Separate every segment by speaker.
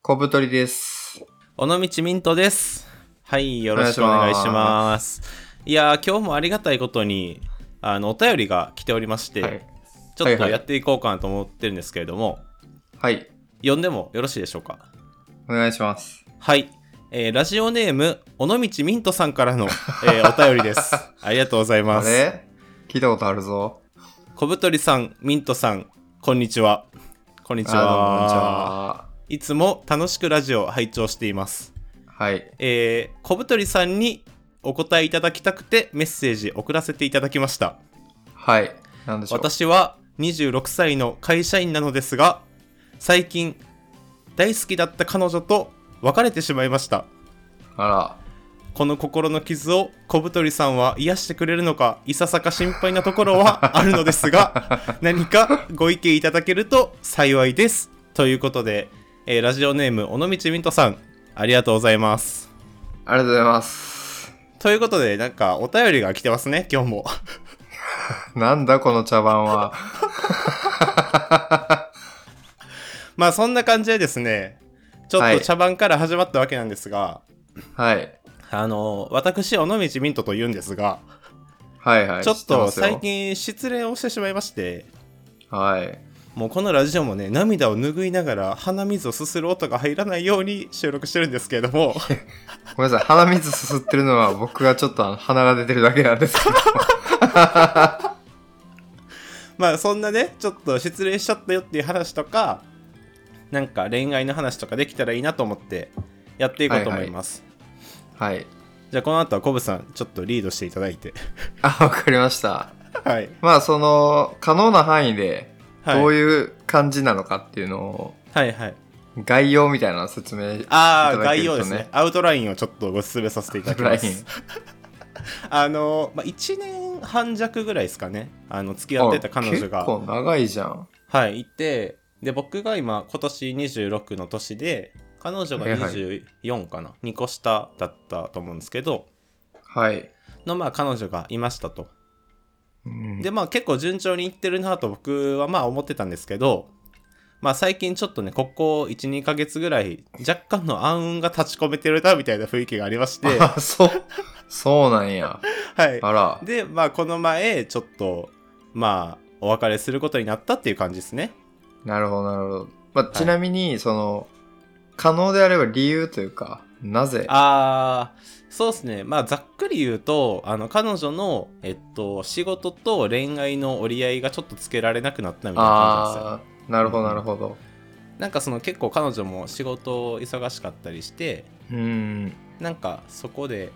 Speaker 1: 小太りです。
Speaker 2: 尾道ミントです。はい、よろしくお願いし
Speaker 1: お願
Speaker 2: ます。いやー、今日もありがたいことに、あの、お便りが来ておりまして、
Speaker 1: はい。
Speaker 2: ち
Speaker 1: は
Speaker 2: ょ
Speaker 1: い
Speaker 2: っと
Speaker 1: はい
Speaker 2: やっていこうかなと思ってるんですけれども、
Speaker 1: はい。
Speaker 2: 読んでもよろしいでしょうか
Speaker 1: お願いします。
Speaker 2: はい、えーラジオネーム、尾道ミントさんからの、えーお便りです。ありがとうござい
Speaker 1: あ
Speaker 2: ます。
Speaker 1: れ聞いたことあるぞ。
Speaker 2: 小太りさん、ミントさん、こんにちは。こんにちは。
Speaker 1: あ
Speaker 2: いつも楽しくラジオを拝聴していま
Speaker 1: ど
Speaker 2: す。
Speaker 1: うもこんにちは。はい。
Speaker 2: えー小太りさんにお答えいただきたくてメッセージ送らせていただきました
Speaker 1: はい。なんでしょう。
Speaker 2: 私は26歳の会社員なのですが最近大好きだった彼女と別れてしまいました
Speaker 1: あ
Speaker 2: この心の傷を小太りさんは癒してくれるのかいささか心配なところはあるのですが何かご意見いただけると幸いですということで、えーラジオネーム尾道ミントさんありがとうございます
Speaker 1: ら。ありがとうございます。
Speaker 2: ということで、なんかお便りが来てますね、今日も。
Speaker 1: なんだこの茶番は。
Speaker 2: まあそんな感じでですね、ちょ
Speaker 1: は
Speaker 2: っと
Speaker 1: い
Speaker 2: 茶番から始まったわけなんですが、
Speaker 1: はい。
Speaker 2: あの、私、尾道ミントと言うんですが、
Speaker 1: はいはい。
Speaker 2: ちょっ
Speaker 1: 知てま
Speaker 2: と
Speaker 1: すよ
Speaker 2: 最。近失恋をしてしまいまして、
Speaker 1: はい。
Speaker 2: もうこのラジオもね、涙を拭いながら鼻水をすする音が入らないように収録してるんですけれど も、
Speaker 1: ごめんなさい。鼻水すすってるのは僕がちょっとあの鼻が出てるだけなん ですけど。
Speaker 2: まあそんなね、ちょっと失恋しちゃったよっていう話とか、なんか恋愛の話とかできたらいいなと思ってやっていこうと思います。
Speaker 1: はい。
Speaker 2: じゃあこの後はコブさん、ちょっとリードしていただ いて。
Speaker 1: あ、わかりました。
Speaker 2: はい。
Speaker 1: まあ、その、可能な範囲で、
Speaker 2: はい、
Speaker 1: どういう感じなのかっていうのを、
Speaker 2: はいはい。
Speaker 1: 概要みたいなのを説明
Speaker 2: ああ、
Speaker 1: いただけ
Speaker 2: 概
Speaker 1: ると
Speaker 2: 要ですね。アウトラインをちょっとご勧めさせていただきま
Speaker 1: ライン
Speaker 2: す。 あの、まあ、1年半弱ぐらいですかね。あの、付き合ってた彼女
Speaker 1: あ結
Speaker 2: が、
Speaker 1: 構長いじゃん。
Speaker 2: はい、いて、で、僕が今、今年26の年で、彼女が
Speaker 1: はいはい
Speaker 2: 24かな、2個下だったと思うんですけど、
Speaker 1: はい。
Speaker 2: の、まあ、彼女がいましたと。
Speaker 1: うん
Speaker 2: で、まあ、結構順調にいってるなと僕はまあ思ってたんですけど、まあ、最近ちょっとね、ここ1、2ヶ月ぐらい、若干の暗雲が立ち込めてるな、みたいな雰囲気がありまして、は
Speaker 1: あ、そう、そうなんや。
Speaker 2: い。
Speaker 1: あら、
Speaker 2: でまあこの前ちょっとまあお別れすることになったっていう感じですね
Speaker 1: なるほど、なるほど。まあ、ちなみに、その、可能であれば理由というか、なぜ
Speaker 2: あーそうですねまあざっくり言うとあの彼女のえっと仕事と恋愛の折り合いがちょっとつけられなくなったみたいな感じなんですよ
Speaker 1: あー、なるほど、なるほど。
Speaker 2: なんかその結構彼女も仕事忙しかったりして
Speaker 1: うん、
Speaker 2: なんかそこで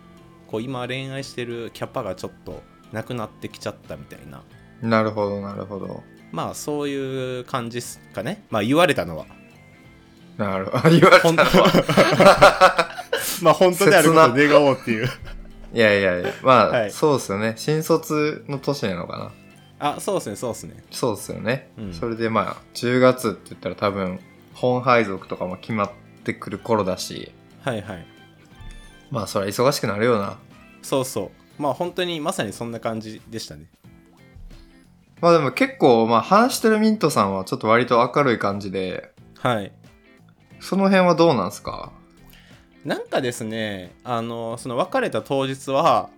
Speaker 2: こう今恋愛してるキャパがちょっとなくなってきちゃったみたいな
Speaker 1: なるほど、なるほど。
Speaker 2: まあそういう感じっすかねまあ言われたのは
Speaker 1: なるほど。 言われた
Speaker 2: 本当
Speaker 1: のは。
Speaker 2: まあ本当であることを願おうっていう
Speaker 1: いやいやいや、まあ、
Speaker 2: はい
Speaker 1: そうっすよね。新卒の年なのかな。
Speaker 2: あそうですねそうですね
Speaker 1: そうっすよね。
Speaker 2: うん
Speaker 1: それでまあ、10月って言ったら多分、本配属とかも決まってくる頃だし、
Speaker 2: はいはい
Speaker 1: まあ、そりゃ忙しくなるよな。
Speaker 2: そうそうまあ本当にまさにそんな感じでしたね
Speaker 1: まあでも結構、まあ話してるミントさんはちょっと割と明るい感じで、
Speaker 2: はい
Speaker 1: その辺はどうなんすか
Speaker 2: なんかですねあのその別れた当日は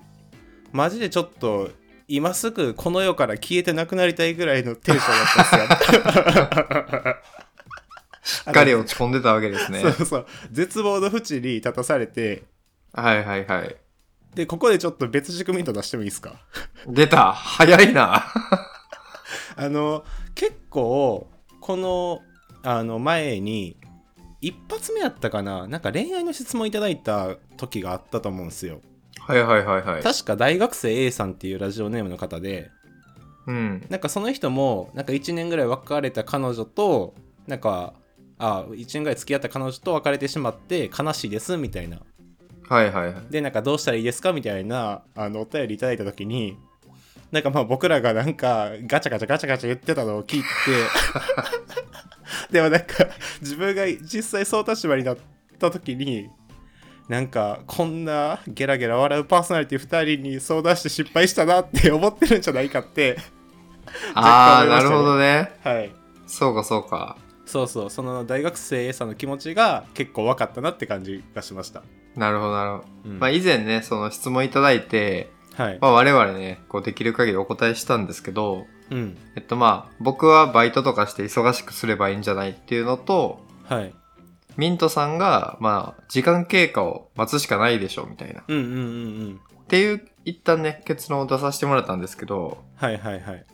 Speaker 2: マジでちょっと今すぐこの世から消えてなくなりたいぐらいのテンションだったんですよ
Speaker 1: しっかり落ち込んでたわけですね。
Speaker 2: そうそう絶望の淵に立たされて
Speaker 1: はいはいはい。
Speaker 2: でここでちょっと別軸ミント出してもいいですか
Speaker 1: 出た早いな
Speaker 2: あの結構このあの前に一発目やったかななんか恋愛の質問いただいた時があったと思うんですよ
Speaker 1: はいはいはいはい。
Speaker 2: 確か大学生 A さんっていうラジオネームの方で
Speaker 1: うん。
Speaker 2: なんかその人もなんか1年ぐらい別れた彼女となんかあ1年ぐらい付き合った彼女と別れてしまって悲しいですみたいな
Speaker 1: はいはいはい。
Speaker 2: でなんかどうしたらいいですかみたいなあのお便りいただいた時になんかまあ僕らがなんかガチャガチャガチャガチャ言ってたのを聞いてでもなんか自分が実際そう立場になった時になんかこんなゲラゲラ笑うパーソナリティ2人に相談して失敗したなって思ってるんじゃないかって
Speaker 1: あ
Speaker 2: 思
Speaker 1: ー、
Speaker 2: いま
Speaker 1: な
Speaker 2: し
Speaker 1: る
Speaker 2: たね
Speaker 1: ほどね。
Speaker 2: はい
Speaker 1: そうかそうか。
Speaker 2: そうそうその大学生 A さんの気持ちが結構分かったなって感じがしました、
Speaker 1: なるほどなるほど、
Speaker 2: うん
Speaker 1: まあ以前ねその質問いただいて、
Speaker 2: はい
Speaker 1: まあ、我々ねこうできる限りお答えしたんですけど
Speaker 2: うん
Speaker 1: えっとまあ僕はバイトとかして忙しくすればいいんじゃないっていうのと
Speaker 2: はい
Speaker 1: ミントさんがまあ時間経過を待つしかないでしょみたいな
Speaker 2: うんうんうんうん
Speaker 1: っていう一旦ね結論を出させてもらったんですけど
Speaker 2: はいはいはい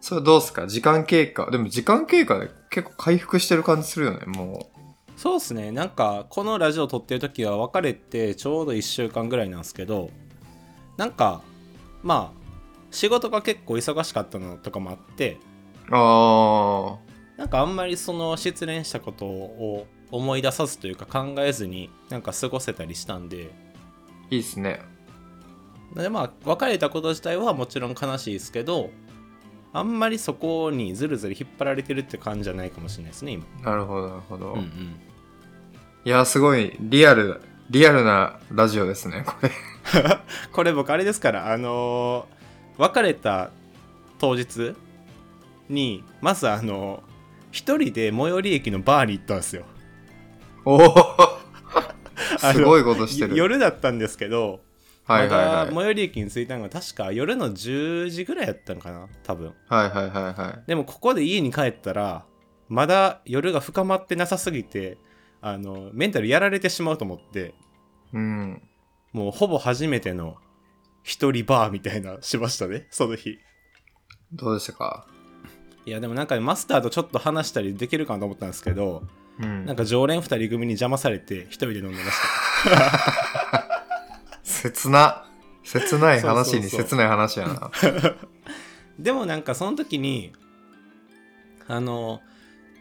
Speaker 1: それどうすか時間経過でも時間経過で結構回復してる感じするよねも
Speaker 2: そうっすねなんかこのラジオ撮ってる時は別れてちょうど1週間ぐらいなんですけどなんかまあ仕事が結構忙しかったのとかもあって
Speaker 1: うあ
Speaker 2: なんかあんまりその失恋したことを思い出さずというか考えずになんか過ごせたりしたんで
Speaker 1: あいいっすね
Speaker 2: でまあ別れたこと自体はもちろん悲しいですけどあんまりそこにずるずる引っ張られてるって感じじゃないかもしれないですね今
Speaker 1: なるほどなるほど、
Speaker 2: うん
Speaker 1: い
Speaker 2: うん
Speaker 1: やすごいリアルリアルなラジオですねこれ
Speaker 2: これ僕あれですからあのー別れた当日にまずあのー一人で最寄り駅のバーに行ったんですよ
Speaker 1: おおすごいことしてる
Speaker 2: 夜だったんですけど、
Speaker 1: はいはい
Speaker 2: まだ
Speaker 1: はい
Speaker 2: 最寄り駅に着いたのが確か夜の10時ぐらいやったのかな多分
Speaker 1: はいはいはいはい
Speaker 2: でもここで家に帰ったらまだ夜が深まってなさすぎてあのメンタルやられてしまうと思って
Speaker 1: うん
Speaker 2: もうほぼ初めての一人バーみたいなしましたねその日
Speaker 1: どうでしたか
Speaker 2: いやでもなんかマスターとちょっと話したりできるかなと思ったんですけど
Speaker 1: うん
Speaker 2: なんか常連2人組に邪魔されて一人で飲んでまし
Speaker 1: 切な切ない話に
Speaker 2: そうそうそう
Speaker 1: 切ない話やな
Speaker 2: たでもなんかその時にあの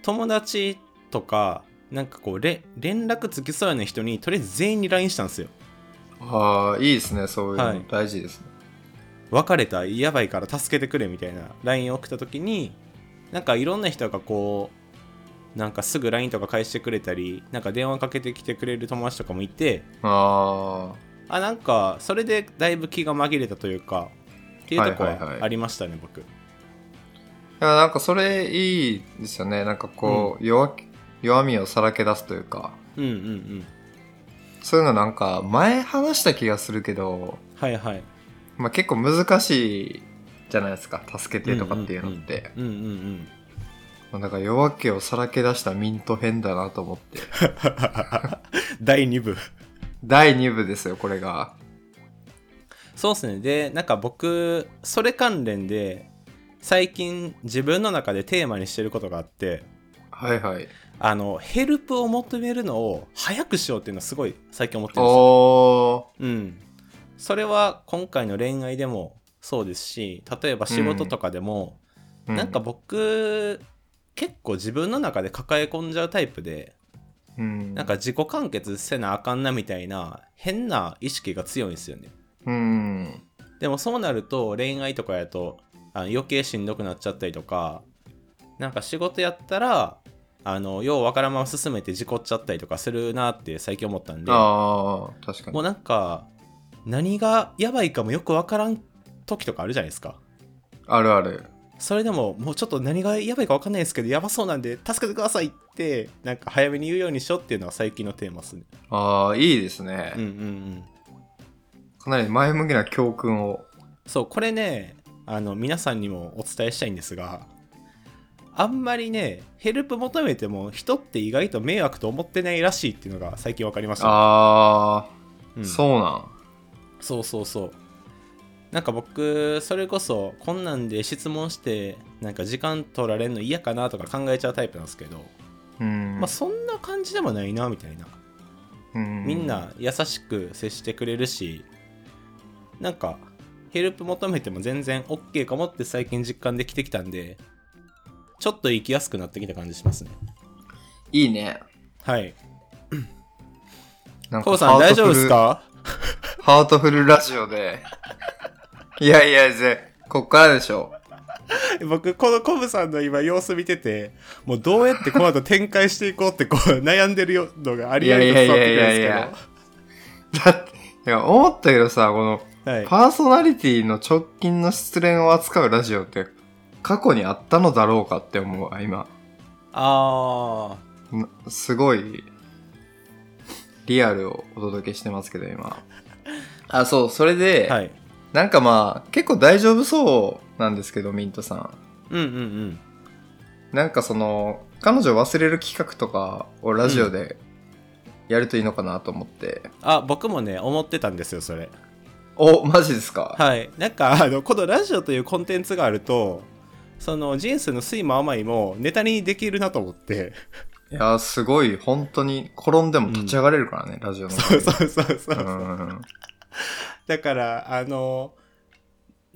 Speaker 2: 友達とかなんかこうれ連絡つきそうな人にとりあえず全員に LINE したんですよ
Speaker 1: ああいいですねそういう
Speaker 2: は
Speaker 1: の
Speaker 2: い
Speaker 1: 大事ですね、
Speaker 2: 別れたやばいから助けてくれみたいな LINE を送った時になんかいろんな人がこうなんかすぐ LINE とか返してくれたりなんか電話かけてきてくれる友達とかもいて
Speaker 1: ああ
Speaker 2: あなんかそれでだいぶ気が紛れたというかっていうとこ
Speaker 1: はいはいは
Speaker 2: はいありましたね、僕
Speaker 1: いやなんかそれいいですよねなんかこう、弱き弱みをさらけ出すというか
Speaker 2: うんうんうん
Speaker 1: そういうのなんか前話した気がするけど、
Speaker 2: はいはい
Speaker 1: まあ、結構難しいじゃないですか助けてとかっていうのって、
Speaker 2: うんうんうん
Speaker 1: まあなんか弱気をさらけ出したミント編だなと思って
Speaker 2: 第2部
Speaker 1: 第2部ですよこれが
Speaker 2: そうですねでなんか僕それ関連で最近自分の中でテーマにしてることがあって
Speaker 1: はいはい
Speaker 2: あのヘルプを求めるのを早くしようっていうのはすごい最近思ってるんですよ。
Speaker 1: お
Speaker 2: うん、それは今回の恋愛でもそうですし例えば仕事とかでも、
Speaker 1: ー、う
Speaker 2: なんか、僕結構自分の中で抱え込んじゃうタイプで、
Speaker 1: うん、
Speaker 2: なんか自己完結せなあかんなみたいな変な意識が強いんですよね。
Speaker 1: うん
Speaker 2: でもそうなると恋愛とかやとあの余計しんどくなっちゃったりとかなんか仕事やったらあのようわからんまま進めて事故っちゃったりとかするなって最近思ったんでも
Speaker 1: ああ確かに
Speaker 2: うなんか何がやばいかもよくわからん時とかあるじゃないですか
Speaker 1: あるある
Speaker 2: それでももうちょっと何がやばいかわかんないですけどやばそうなんで助けてくださいってなんか早めに言うようにしようっていうのは最近のテーマですね
Speaker 1: ああいいですね、
Speaker 2: うんうんうん
Speaker 1: かなり前向きな教訓を
Speaker 2: そうこれねあの皆さんにもお伝えしたいんですがあんまりねヘルプ求めても人って意外と迷惑と思ってないらしいっていうのが最近分かりました、
Speaker 1: ああ
Speaker 2: うんそう
Speaker 1: そうなん。
Speaker 2: そうそうなんか僕それこそこんなんで質問してなんか時間取られるの嫌かなとか考えちゃうタイプなんですけど、
Speaker 1: うん。
Speaker 2: まあそんな感じでもないなみたいな
Speaker 1: うん
Speaker 2: みん。な優しく接してくれるしなんかヘルプ求めても全然 OK かもって最近実感できてきたんでちょっと生きやすくなってきた感じしますね
Speaker 1: いいね。
Speaker 2: はい
Speaker 1: なん
Speaker 2: コウさん
Speaker 1: ハー
Speaker 2: 大
Speaker 1: ト
Speaker 2: 丈
Speaker 1: フ
Speaker 2: 夫
Speaker 1: ル
Speaker 2: ですか
Speaker 1: ハートフルラジオで。 いやいや、ぜ、こっからでしょ。
Speaker 2: 僕このコブさんの今様子見ててもうどうやってこの後展開していこうってこう悩んでるのがありありと伝わってくるん
Speaker 1: いやいやいやい
Speaker 2: で
Speaker 1: やだって、いや、思ったけどさ、この、
Speaker 2: すけどはい
Speaker 1: パーソナリティの直近の失恋を扱うラジオって、過去にあったのだろうかって思うわ、今。
Speaker 2: あ
Speaker 1: なすごいリアルをお届けしてますけど今あそうそれで、
Speaker 2: あはい
Speaker 1: なんかまあ結構大丈夫そうなんですけどミントさん
Speaker 2: うんうんうん
Speaker 1: なんかその彼女を忘れる企画とかをラジオでやるといいのかなと思って、
Speaker 2: あ僕もね思ってたんですよそれ
Speaker 1: おマジですか、
Speaker 2: はいなんかあの このラジオというコンテンツがあるとその人生の酸いも甘いもネタにできるなと思って
Speaker 1: い、やーすごい本当に転んでも立ち上がれるからね、ラジオの
Speaker 2: そうそうそうそう、
Speaker 1: うん
Speaker 2: だからあの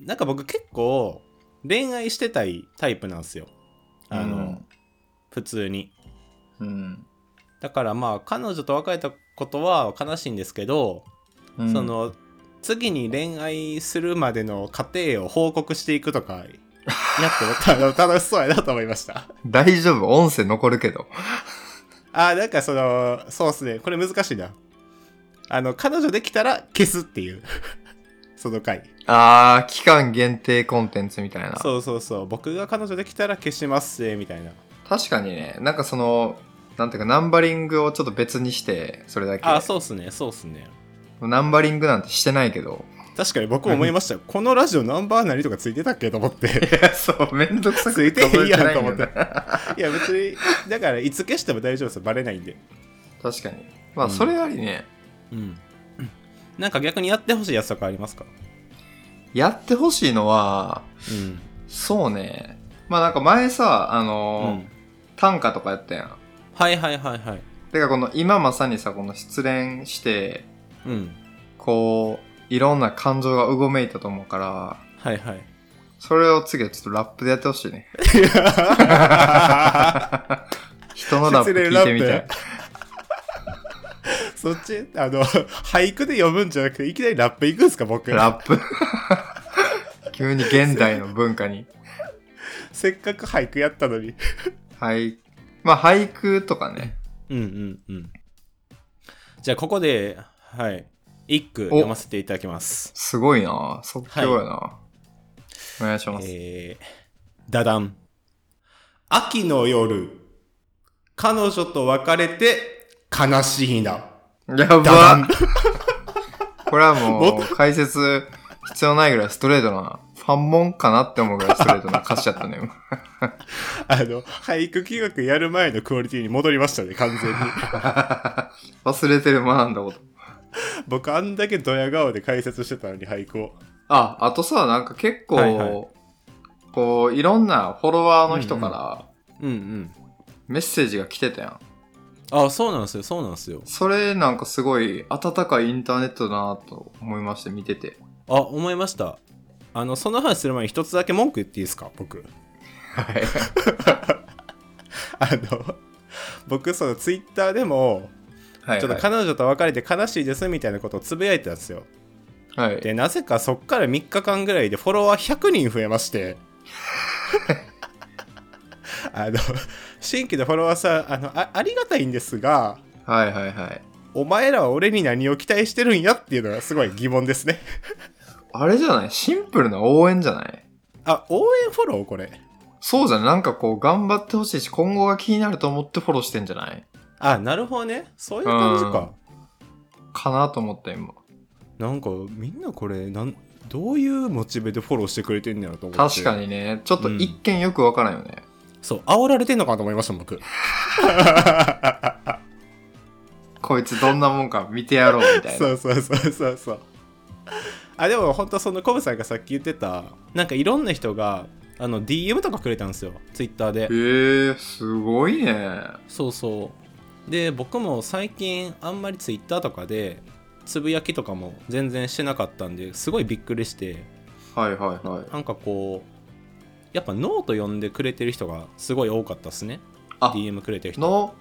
Speaker 2: なんか僕結構恋愛してたいタイプなんですよあの、普通に
Speaker 1: うん
Speaker 2: だからまあ彼女と別れたことは悲しいんですけど、
Speaker 1: うん
Speaker 2: その次に恋愛するまでの過程を報告していくとかやってもたあ の楽しそうやなと思いました
Speaker 1: 大丈夫音声残るけど
Speaker 2: あーなんかそのそうっすねこれ難しいなあの彼女できたら消すっていう その回
Speaker 1: あー期間限定コンテンツみたいな
Speaker 2: そうそうそう僕が彼女できたら消しますぜみたいな
Speaker 1: 確かにねなんかそのなんていうかナンバリングをちょっと別にしてそれだけ
Speaker 2: あーそうっすねそうっすね
Speaker 1: ナンバリングなんてしてないけど
Speaker 2: 確かに僕も思いました よこのラジオナンバー何とかついてたっけと思って
Speaker 1: いやそうめんどくさ
Speaker 2: ついていいやんと 思って
Speaker 1: 数えてないんだよない
Speaker 2: や別にだからいつ消しても大丈夫ですよバレないんで、
Speaker 1: 確かにま
Speaker 2: う
Speaker 1: あ
Speaker 2: ん
Speaker 1: それありね、
Speaker 2: うん、なんか逆にやってほしいやつとかありますか
Speaker 1: やってほしいのは
Speaker 2: うん、
Speaker 1: そうねまあなんか前さあ
Speaker 2: う
Speaker 1: のー、
Speaker 2: ん、
Speaker 1: 短歌とかやったやん
Speaker 2: はいはいはいはい
Speaker 1: てかこの今まさにさこの失恋して
Speaker 2: うん
Speaker 1: こういろんな感情がうごめいたと思うから
Speaker 2: はいはい
Speaker 1: それを次はちょっとラップでやってほしいね人のラップ聞いてみたい
Speaker 2: そっちあの 俳句で読むんじゃなくていきなりラップいくんすか僕
Speaker 1: ラップ 急に現代の文化に
Speaker 2: せっかく俳句やったのに
Speaker 1: はいまあ俳句とかね
Speaker 2: うんうんうんじゃあここではい一句読ませていただきます
Speaker 1: すごいな即興やな、お願いします、
Speaker 2: えー、ダダン。秋の夜、彼女と別れて悲しいな。
Speaker 1: やば
Speaker 2: ダ
Speaker 1: っ
Speaker 2: ン
Speaker 1: これはもう解説必要ないぐらいストレートなファンモンかなって思うぐらいストレートな歌詞だったね今
Speaker 2: あの、俳句企画やる前のクオリティに戻りましたね、完 全に。
Speaker 1: 忘れてる学んだこと
Speaker 2: 僕、あんだけドヤ顔で解説してたのに、俳句を。
Speaker 1: ああとさなんか結構、
Speaker 2: はいはい
Speaker 1: こういろんなフォロワーの人から、
Speaker 2: うんうん。
Speaker 1: メッセージが来てたやん。
Speaker 2: あ、そうなんですよ、そうなんですよ。
Speaker 1: それなんかすごい温かいインターネットだなと思いまして見てて。
Speaker 2: あ、思いました。あの、その話する前に一つだけ文句言っていいですか、僕。
Speaker 1: はい。
Speaker 2: あの、僕、その、ツイッターでも、
Speaker 1: はい、
Speaker 2: ちょっと彼女と別れて悲しいですみたいなことをつぶやいてたんですよ。
Speaker 1: はい。
Speaker 2: でなぜかそっから3日間ぐらいでフォロワー100人増えまして あの新規のフォロワーさんあのあありがたいんですが
Speaker 1: はいはいはい。
Speaker 2: お前らは俺に何を期待してるんやっていうのがすごい疑問ですね
Speaker 1: あれじゃないシンプルな応援じゃない
Speaker 2: あ応援フォローこれ
Speaker 1: そうじゃん。なんかこう頑張ってほしいし、今後が気になると思ってフォローしてんじゃない
Speaker 2: あなるほどねそういう感じか
Speaker 1: かなと思った今。
Speaker 2: なんかみんなこれなんどういうモチベでフォローしてくれてんねやろと思って
Speaker 1: 確かにね。ちょっと一見よくわからんよね。
Speaker 2: そう煽られてんのかなと思いました僕
Speaker 1: こいつどんなもんか見てやろうみたいな。
Speaker 2: そうそうそうそうそうあでも本当そのコブさんがさっき言ってたなんかいろんな人があの DM とかくれたんですよツイッターで
Speaker 1: えー、すごいね。
Speaker 2: そうそうで僕も最近あんまりツイッターとかでつぶやきとかも全然してなかったんですごいびっくりして
Speaker 1: はいはいはい。
Speaker 2: なんかこうやっぱノート読んでくれてる人がすごい多かったっすね
Speaker 1: あ
Speaker 2: DM くれてる人
Speaker 1: の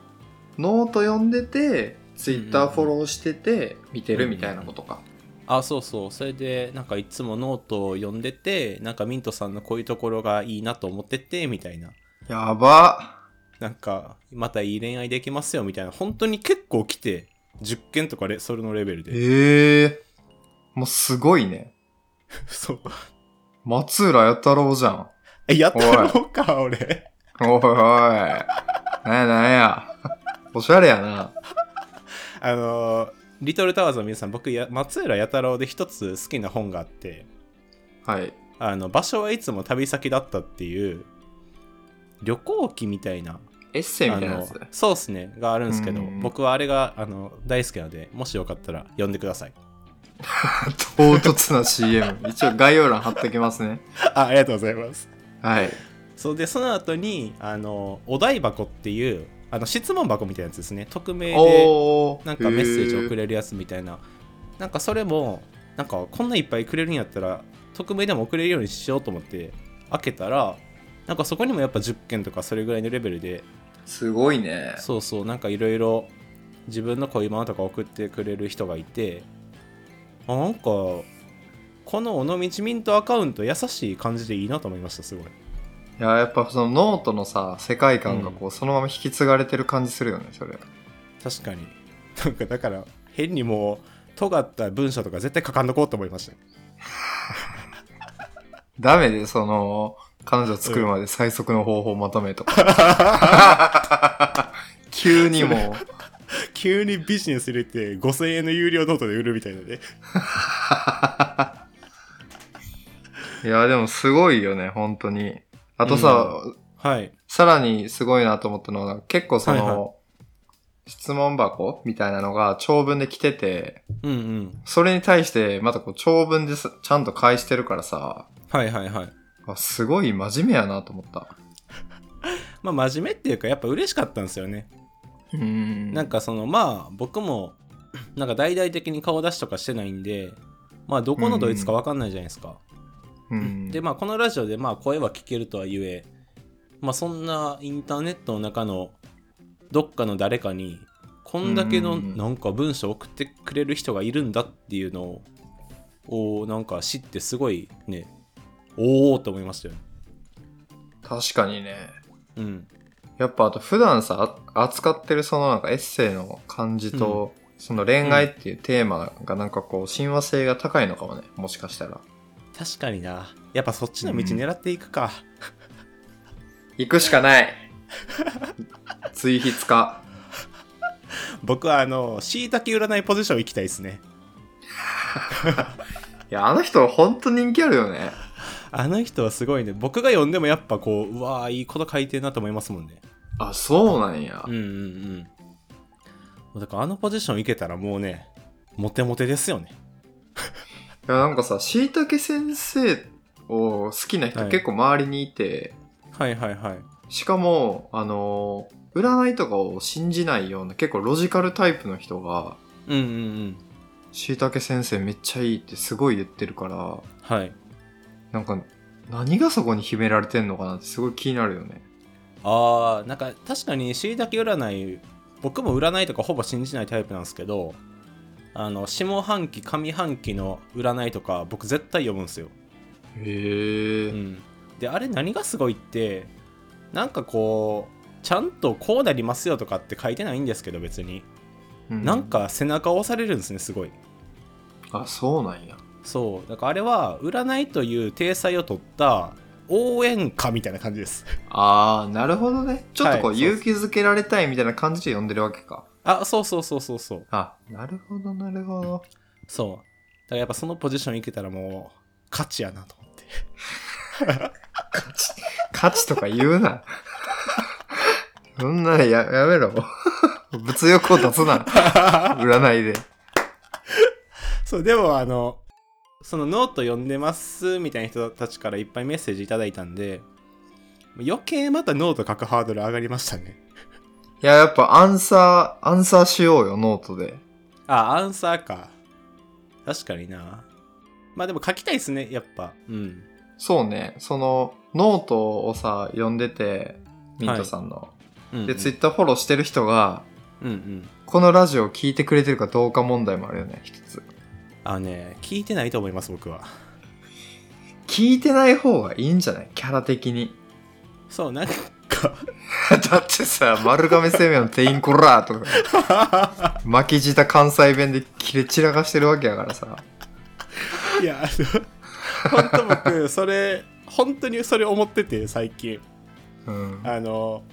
Speaker 1: ノート読んでてツイッタ
Speaker 2: うん
Speaker 1: ー
Speaker 2: うん
Speaker 1: フォローしてて見てるみたいなことか、
Speaker 2: あそうそうそれでなんかいつもノートを読んでてなんかミントさんのこういうところがいいなと思っててみたいな
Speaker 1: やば
Speaker 2: なんか、またいい恋愛できますよみたいな、本当に結構来て、10件とかレそれのレベルで。
Speaker 1: ええもうすごいね
Speaker 2: そう。
Speaker 1: 松浦弥太郎じゃん
Speaker 2: えやったろうか、俺。
Speaker 1: おいおいなんやなんや。おしゃれやな。
Speaker 2: あのーリトルタワーズの皆さん僕や松浦弥太郎で一つ好きな本があって
Speaker 1: はい。
Speaker 2: あの場所はいつも旅先だったっていう旅行記みたいな
Speaker 1: エッセイみ
Speaker 2: あ
Speaker 1: たいなや
Speaker 2: の
Speaker 1: つ。
Speaker 2: そうっすねがあるんですけど
Speaker 1: うん
Speaker 2: 僕はあれがあの大好きなのでもしよかったら読んでください
Speaker 1: 唐突な CM。一 応概要欄貼っときますね。
Speaker 2: あありがとうございます
Speaker 1: はい。
Speaker 2: そうでその後にあのお題箱っていうあの質問箱みたいなやつですね匿名で
Speaker 1: おー。
Speaker 2: なんかメッセージ送
Speaker 1: れ。
Speaker 2: れるやつみたいななんかそれもなんかこんないっぱいくれるんやったら匿名でも送れるようにしようと思って開けたらなんかそこにもやっぱ10件とかそれぐらいのレベルです
Speaker 1: ごいね。
Speaker 2: そうそうなんかいろいろ自分の恋バナとか送ってくれる人がいてあなんかこの尾道ミントアカウント優しい感じでいいなと思いましたすごい
Speaker 1: いや、やっぱそのノートのさ、世界観がこう、そのまま引き継がれてる感じするよね、それ。
Speaker 2: 確かになんかだから変にもう尖った文章とか絶対書かんどこうと思いました
Speaker 1: ダメで、その、彼女作るまで最速の方法まとめとか。 急にもう。
Speaker 2: 急にビジネス入れて5000円の有料ノートで売るみたいなね
Speaker 1: いや、でもすごいよね、本当に。あとさ、
Speaker 2: はい
Speaker 1: さらにすごいなと思ったのは、結構その、
Speaker 2: はいは
Speaker 1: 質問箱みたいなのが長文で来てて、
Speaker 2: うんうん
Speaker 1: それに対してまたこう長文ですちゃんと返してるからさ、
Speaker 2: はいはいはい
Speaker 1: あすごい真面目やなと思った。
Speaker 2: まあ真面目っていうかやっぱ嬉しかったんですよね
Speaker 1: うん
Speaker 2: なんかそのまあ僕もなんか大々的に顔出しとかしてないんでまあどこのドイツか分かんないじゃないですか、
Speaker 1: うん、
Speaker 2: でまあこのラジオでまあ声は聞けるとはゆえまあそんなインターネットの中のどっかの誰かにこんだけの
Speaker 1: うん
Speaker 2: なんか文章送ってくれる人がいるんだっていうのををなんか知ってすごいねおおと思いましたよね
Speaker 1: 確かにね。
Speaker 2: うん
Speaker 1: やっぱあと普段さ、あ扱ってるそのなんかエッセイの感じと、その恋愛っていうテーマがなんかこう親和性が高いのかもね、もしかしたら。
Speaker 2: 確かになやっぱそっちの道狙っていくか、
Speaker 1: 行くしか ない追筆か。
Speaker 2: 僕はあのしいたけ占いポジション行きたいですね
Speaker 1: いや、あの人本当人気あるよね。
Speaker 2: あの人はすごいね僕が読んでもやっぱこううわーいいこと書いてるなと思いますもんね
Speaker 1: あ、そうなんや
Speaker 2: うん。うんうんもうだからあのポジションいけたらもうねモテモテですよね
Speaker 1: いや、なんかさ、しいたけ先生を好きな人
Speaker 2: はい
Speaker 1: 結構周りにいて、
Speaker 2: はいはいはい
Speaker 1: しかも、あのー占いとかを信じないような結構ロジカルタイプの人が、
Speaker 2: うんうんうん
Speaker 1: しいたけ先生めっちゃいいってすごい言ってるから、
Speaker 2: はい
Speaker 1: なんか、何がそこに秘められてんのかなってすごい気になるよね。
Speaker 2: あーなんか確かにしいたけ占い僕も占いとかほぼ信じないタイプなんですけどあの下半期上半期の占いとか僕絶対読むんですよ
Speaker 1: へえ。
Speaker 2: うん、であれ何がすごいってなんかこうちゃんとこうなりますよとかって書いてないんですけど別に、
Speaker 1: う
Speaker 2: なん、か背中を押されるんですねすごい
Speaker 1: あ、そうなんや。
Speaker 2: そうだからあれは占いという体裁を取った応援歌みたいな感じです
Speaker 1: あー、なるほどね。ちょっとこう、
Speaker 2: はいそう
Speaker 1: 勇気づけられたいみたいな感じで読んでるわけか。
Speaker 2: あそうそうそうそうそう
Speaker 1: あ、なるほど、なるほど。
Speaker 2: そうだからやっぱそのポジションいけたらもう勝ちやなと思って
Speaker 1: 価値とか言うな。 そんなのややめろ。 物欲を出す な。占いで。
Speaker 2: そうでもあのそのノート読んでますみたいな人たちからいっぱいメッセージいただいたんで余計またノート書くハードル上がりましたね
Speaker 1: いや、やっぱアンサー、アンサーしようよ、ノートで。
Speaker 2: あアンサーか確かになまあでも書きたいっすねやっぱうん
Speaker 1: そうね、その、ノートをさ、読んでて、ミントさんの。
Speaker 2: うんうん
Speaker 1: で、ツイッターフォローしてる人が、
Speaker 2: うんうん
Speaker 1: このラジオを聞いてくれてるかどうか問題もあるよね、一つ。
Speaker 2: あのね聞いてないと思います僕は
Speaker 1: 聞いてない方がいいんじゃないキャラ的に。
Speaker 2: そうなんか
Speaker 1: だってさ、丸亀製麺の店員こらーとか、 巻き舌関西弁で切れ散らかしてるわけやからさ。
Speaker 2: いやあの本当僕それ本当にそれ思ってて最近
Speaker 1: うん。
Speaker 2: あの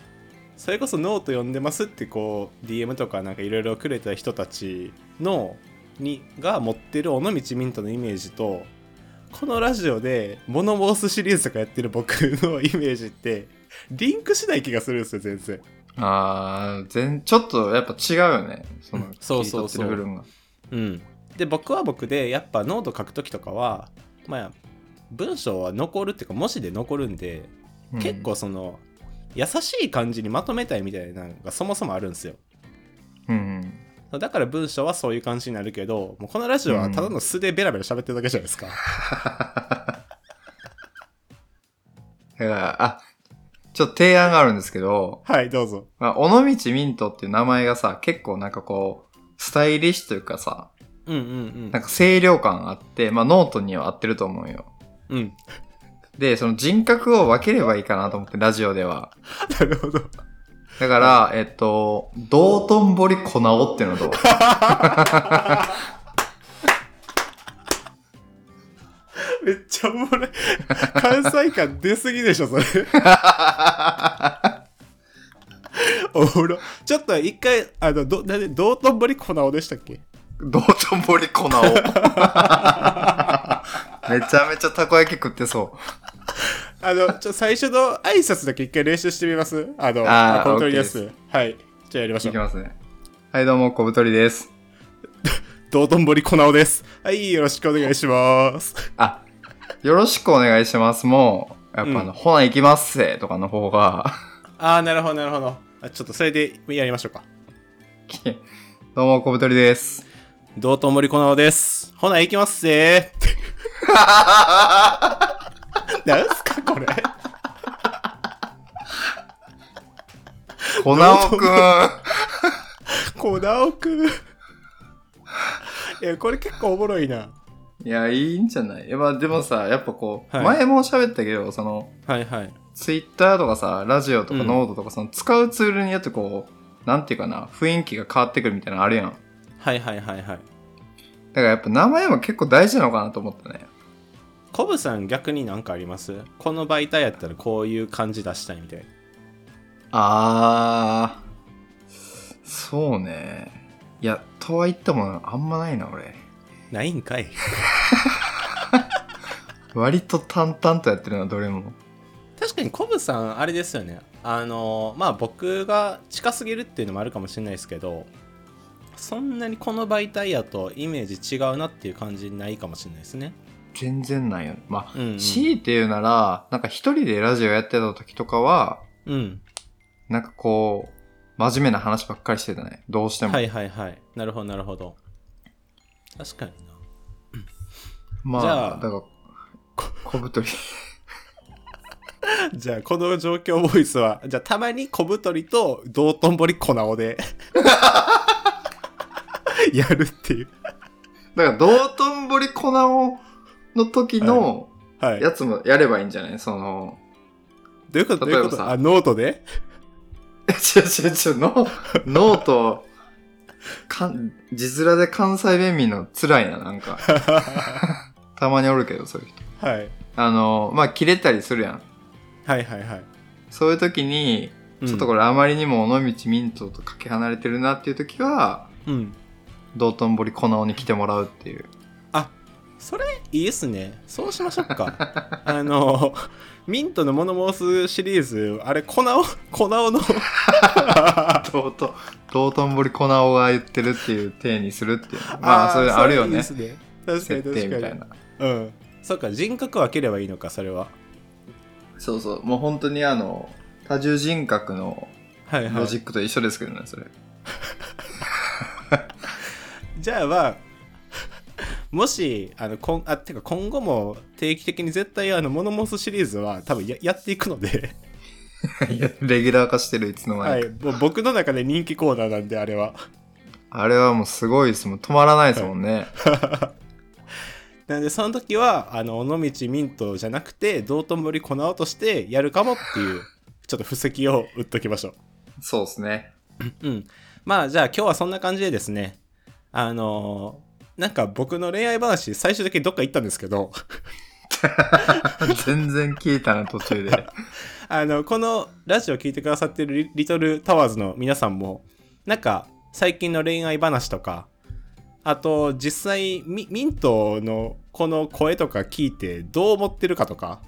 Speaker 2: それこそノート読んでますってこう DM とかなんかいろいろくれた人たちのにが持ってる尾道ミントのイメージとこのラジオでモノボースシリーズとかやってる僕のイメージってリンクしない気がするんですよ全然。
Speaker 1: あー全ちょっとやっぱ違うよねその
Speaker 2: そう
Speaker 1: 切り
Speaker 2: そ
Speaker 1: 取
Speaker 2: う
Speaker 1: って
Speaker 2: そう
Speaker 1: る部分が
Speaker 2: うん、で僕は僕でやっぱノート書く時とかはまあ文章は残るっていうか文字で残るんで
Speaker 1: うん
Speaker 2: 結構その優しい感じにまとめたいみたいなのがそもそもあるんですよ
Speaker 1: うん
Speaker 2: だから文章はそういう感じになるけどもうこのラジオはただの素でベラベラ喋ってるだけじゃないですか、
Speaker 1: だからあちょっと提案があるんですけど、
Speaker 2: はいどうぞ
Speaker 1: まあ、尾道ミントっていう名前がさ結構なんかこうスタイリッシュというかさ
Speaker 2: うんうん
Speaker 1: なんか清涼感あって、まあ、ノートには合ってると思うよ
Speaker 2: うんうん
Speaker 1: でその人格を分ければいいかなと思ってラジオでは
Speaker 2: なるほど
Speaker 1: だから、えっと、道頓堀粉尾っていうのと、
Speaker 2: めっちゃおもろい関西感出すぎでし ょそれおもろちょっと一回あのどなんで道頓堀粉尾でしたっけ
Speaker 1: 道頓堀粉尾。 めちゃめちゃたこ焼き食ってそ
Speaker 2: あのちょ最初の挨拶だけ一回練習してみますあの
Speaker 1: あー
Speaker 2: この鳥で
Speaker 1: OK
Speaker 2: すはいじゃあやりま
Speaker 1: う。
Speaker 2: しょ
Speaker 1: いうきますね。はい、どうも、小太りです。
Speaker 2: 道頓堀粉尾です。はい、よろしくお願いします。
Speaker 1: あ、よろしくお願いします。もう、やっぱあの、
Speaker 2: うん
Speaker 1: ほな行きますせとかの方が、
Speaker 2: ああ、なるほど、なるほど。あちょっとそれでやりましょうか。
Speaker 1: どうも、小太りです。
Speaker 2: 道頓堀粉尾です。ほな、行きますぜ ー。なんすか、これ。
Speaker 1: 粉尾くん。
Speaker 2: 粉尾くん。いや、これ結構おもろいな。
Speaker 1: いや、いいんじゃないいやまあ、でもさ、やっぱこう、
Speaker 2: はい
Speaker 1: 前も喋ったけど、その、
Speaker 2: はいはい。
Speaker 1: ツイッターとかさ、ラジオとか
Speaker 2: うん
Speaker 1: ノートとか、その使うツールによってこう、なんていうかな、雰囲気が変わってくるみたいなのあるやん。だか
Speaker 2: はいはいはいはい。
Speaker 1: らやっぱ名前も結構大事なのかなと思ったね。
Speaker 2: コブさん逆になんかありますこの媒体やったらこういう感じ出したいみたいな。
Speaker 1: あー、そうね。いや、とは言ってもあんまないな、俺。
Speaker 2: ないんかい。
Speaker 1: 割と淡々とやってるな、どれも。
Speaker 2: 確かにコブさんあれですよねあのまあ僕が近すぎるっていうのもあるかもしれないですけどそんなにこの媒体やとイメージ違うなっていう感じないかもしれないですね
Speaker 1: 全然ないよね。まあ、
Speaker 2: うんうん
Speaker 1: 強いて言うなら、なんか一人でラジオやってた時とかは、
Speaker 2: うん
Speaker 1: なんかこう、真面目な話ばっかりしてたね。どうしても。
Speaker 2: はいはいはいなるほどなるほど確かにな
Speaker 1: まあ、
Speaker 2: じゃあ
Speaker 1: だから、こ小太り。
Speaker 2: じゃあこの状況ボイスはじゃあたまに小太りと道頓堀粉尾で やるっていう
Speaker 1: だから道頓堀粉をの時の
Speaker 2: はい
Speaker 1: やつもやればいいんじゃないその、
Speaker 2: どういうことどうい
Speaker 1: 例え
Speaker 2: うこ
Speaker 1: ば
Speaker 2: と
Speaker 1: さ
Speaker 2: あノートで
Speaker 1: ちょちょちょ、ノ ノート、かん、字面で関西弁民の辛いな、なん か。たまにおるけど、そういう人。
Speaker 2: はい
Speaker 1: あの、まあ、切れたりするやん。
Speaker 2: はいはいはい
Speaker 1: そういう時に、ちょっとこれあまりにも尾道ミントとかけ離れてるなっていう時は、
Speaker 2: れうん
Speaker 1: 道頓堀粉に来てもらうっていう。
Speaker 2: それいいですねそうしましょうか あのミントのモノ申すシリーズあれ粉を粉をの
Speaker 1: 道頓道頓堀粉をが言ってるっていう体にする っていうの まあそれあるよね
Speaker 2: それいいっすね
Speaker 1: 設
Speaker 2: 確か
Speaker 1: 定
Speaker 2: に
Speaker 1: みた
Speaker 2: 確
Speaker 1: い
Speaker 2: か
Speaker 1: な
Speaker 2: にうんそっか人格を分ければいいのかそれは
Speaker 1: そうそうもう本当にあの多重人格の
Speaker 2: はいは
Speaker 1: ロジ
Speaker 2: い
Speaker 1: ックと一緒ですけどねそれ
Speaker 2: じゃあまあ もしあのこんあてか今後も定期的に絶対あのモノモスシリーズは多分ややっていくので、
Speaker 1: いやレギュラー化してるいつの間
Speaker 2: は
Speaker 1: にか
Speaker 2: い、もう僕の中で人気コーナーなんであれは
Speaker 1: あれはもうすごいですもう止まらないですもんね
Speaker 2: なんでその時はあの尾道ミントじゃなくて道頓堀粉尾としてやるかもっていうちょっと布石を打っときましょ
Speaker 1: そうですね
Speaker 2: う。うん。まあじゃあ今日はそんな感じでですねあのーなんか僕の恋愛話最終的にどっか行ったんですけど
Speaker 1: 全然聞いたな途中で
Speaker 2: あのこのラジオ聞いてくださってるリリトルタワーズの皆さんもなんか最近の恋愛話とかあと実際ミミントのこの声とか聞いてどう思ってるかとか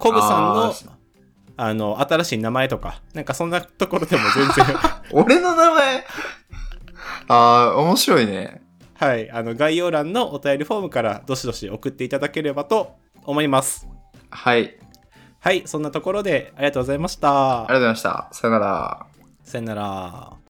Speaker 2: コブさん
Speaker 1: あ
Speaker 2: の
Speaker 1: ー
Speaker 2: あの新しい名前とかなんかそんなところでも全 然
Speaker 1: 俺の名前ああ、面白いね。
Speaker 2: はいあの概要欄のお便りフォームからどしどし送っていただければと思います
Speaker 1: はい。
Speaker 2: はいそんなところでありがとうございました
Speaker 1: ありがとうございました。さよなら。
Speaker 2: さよなら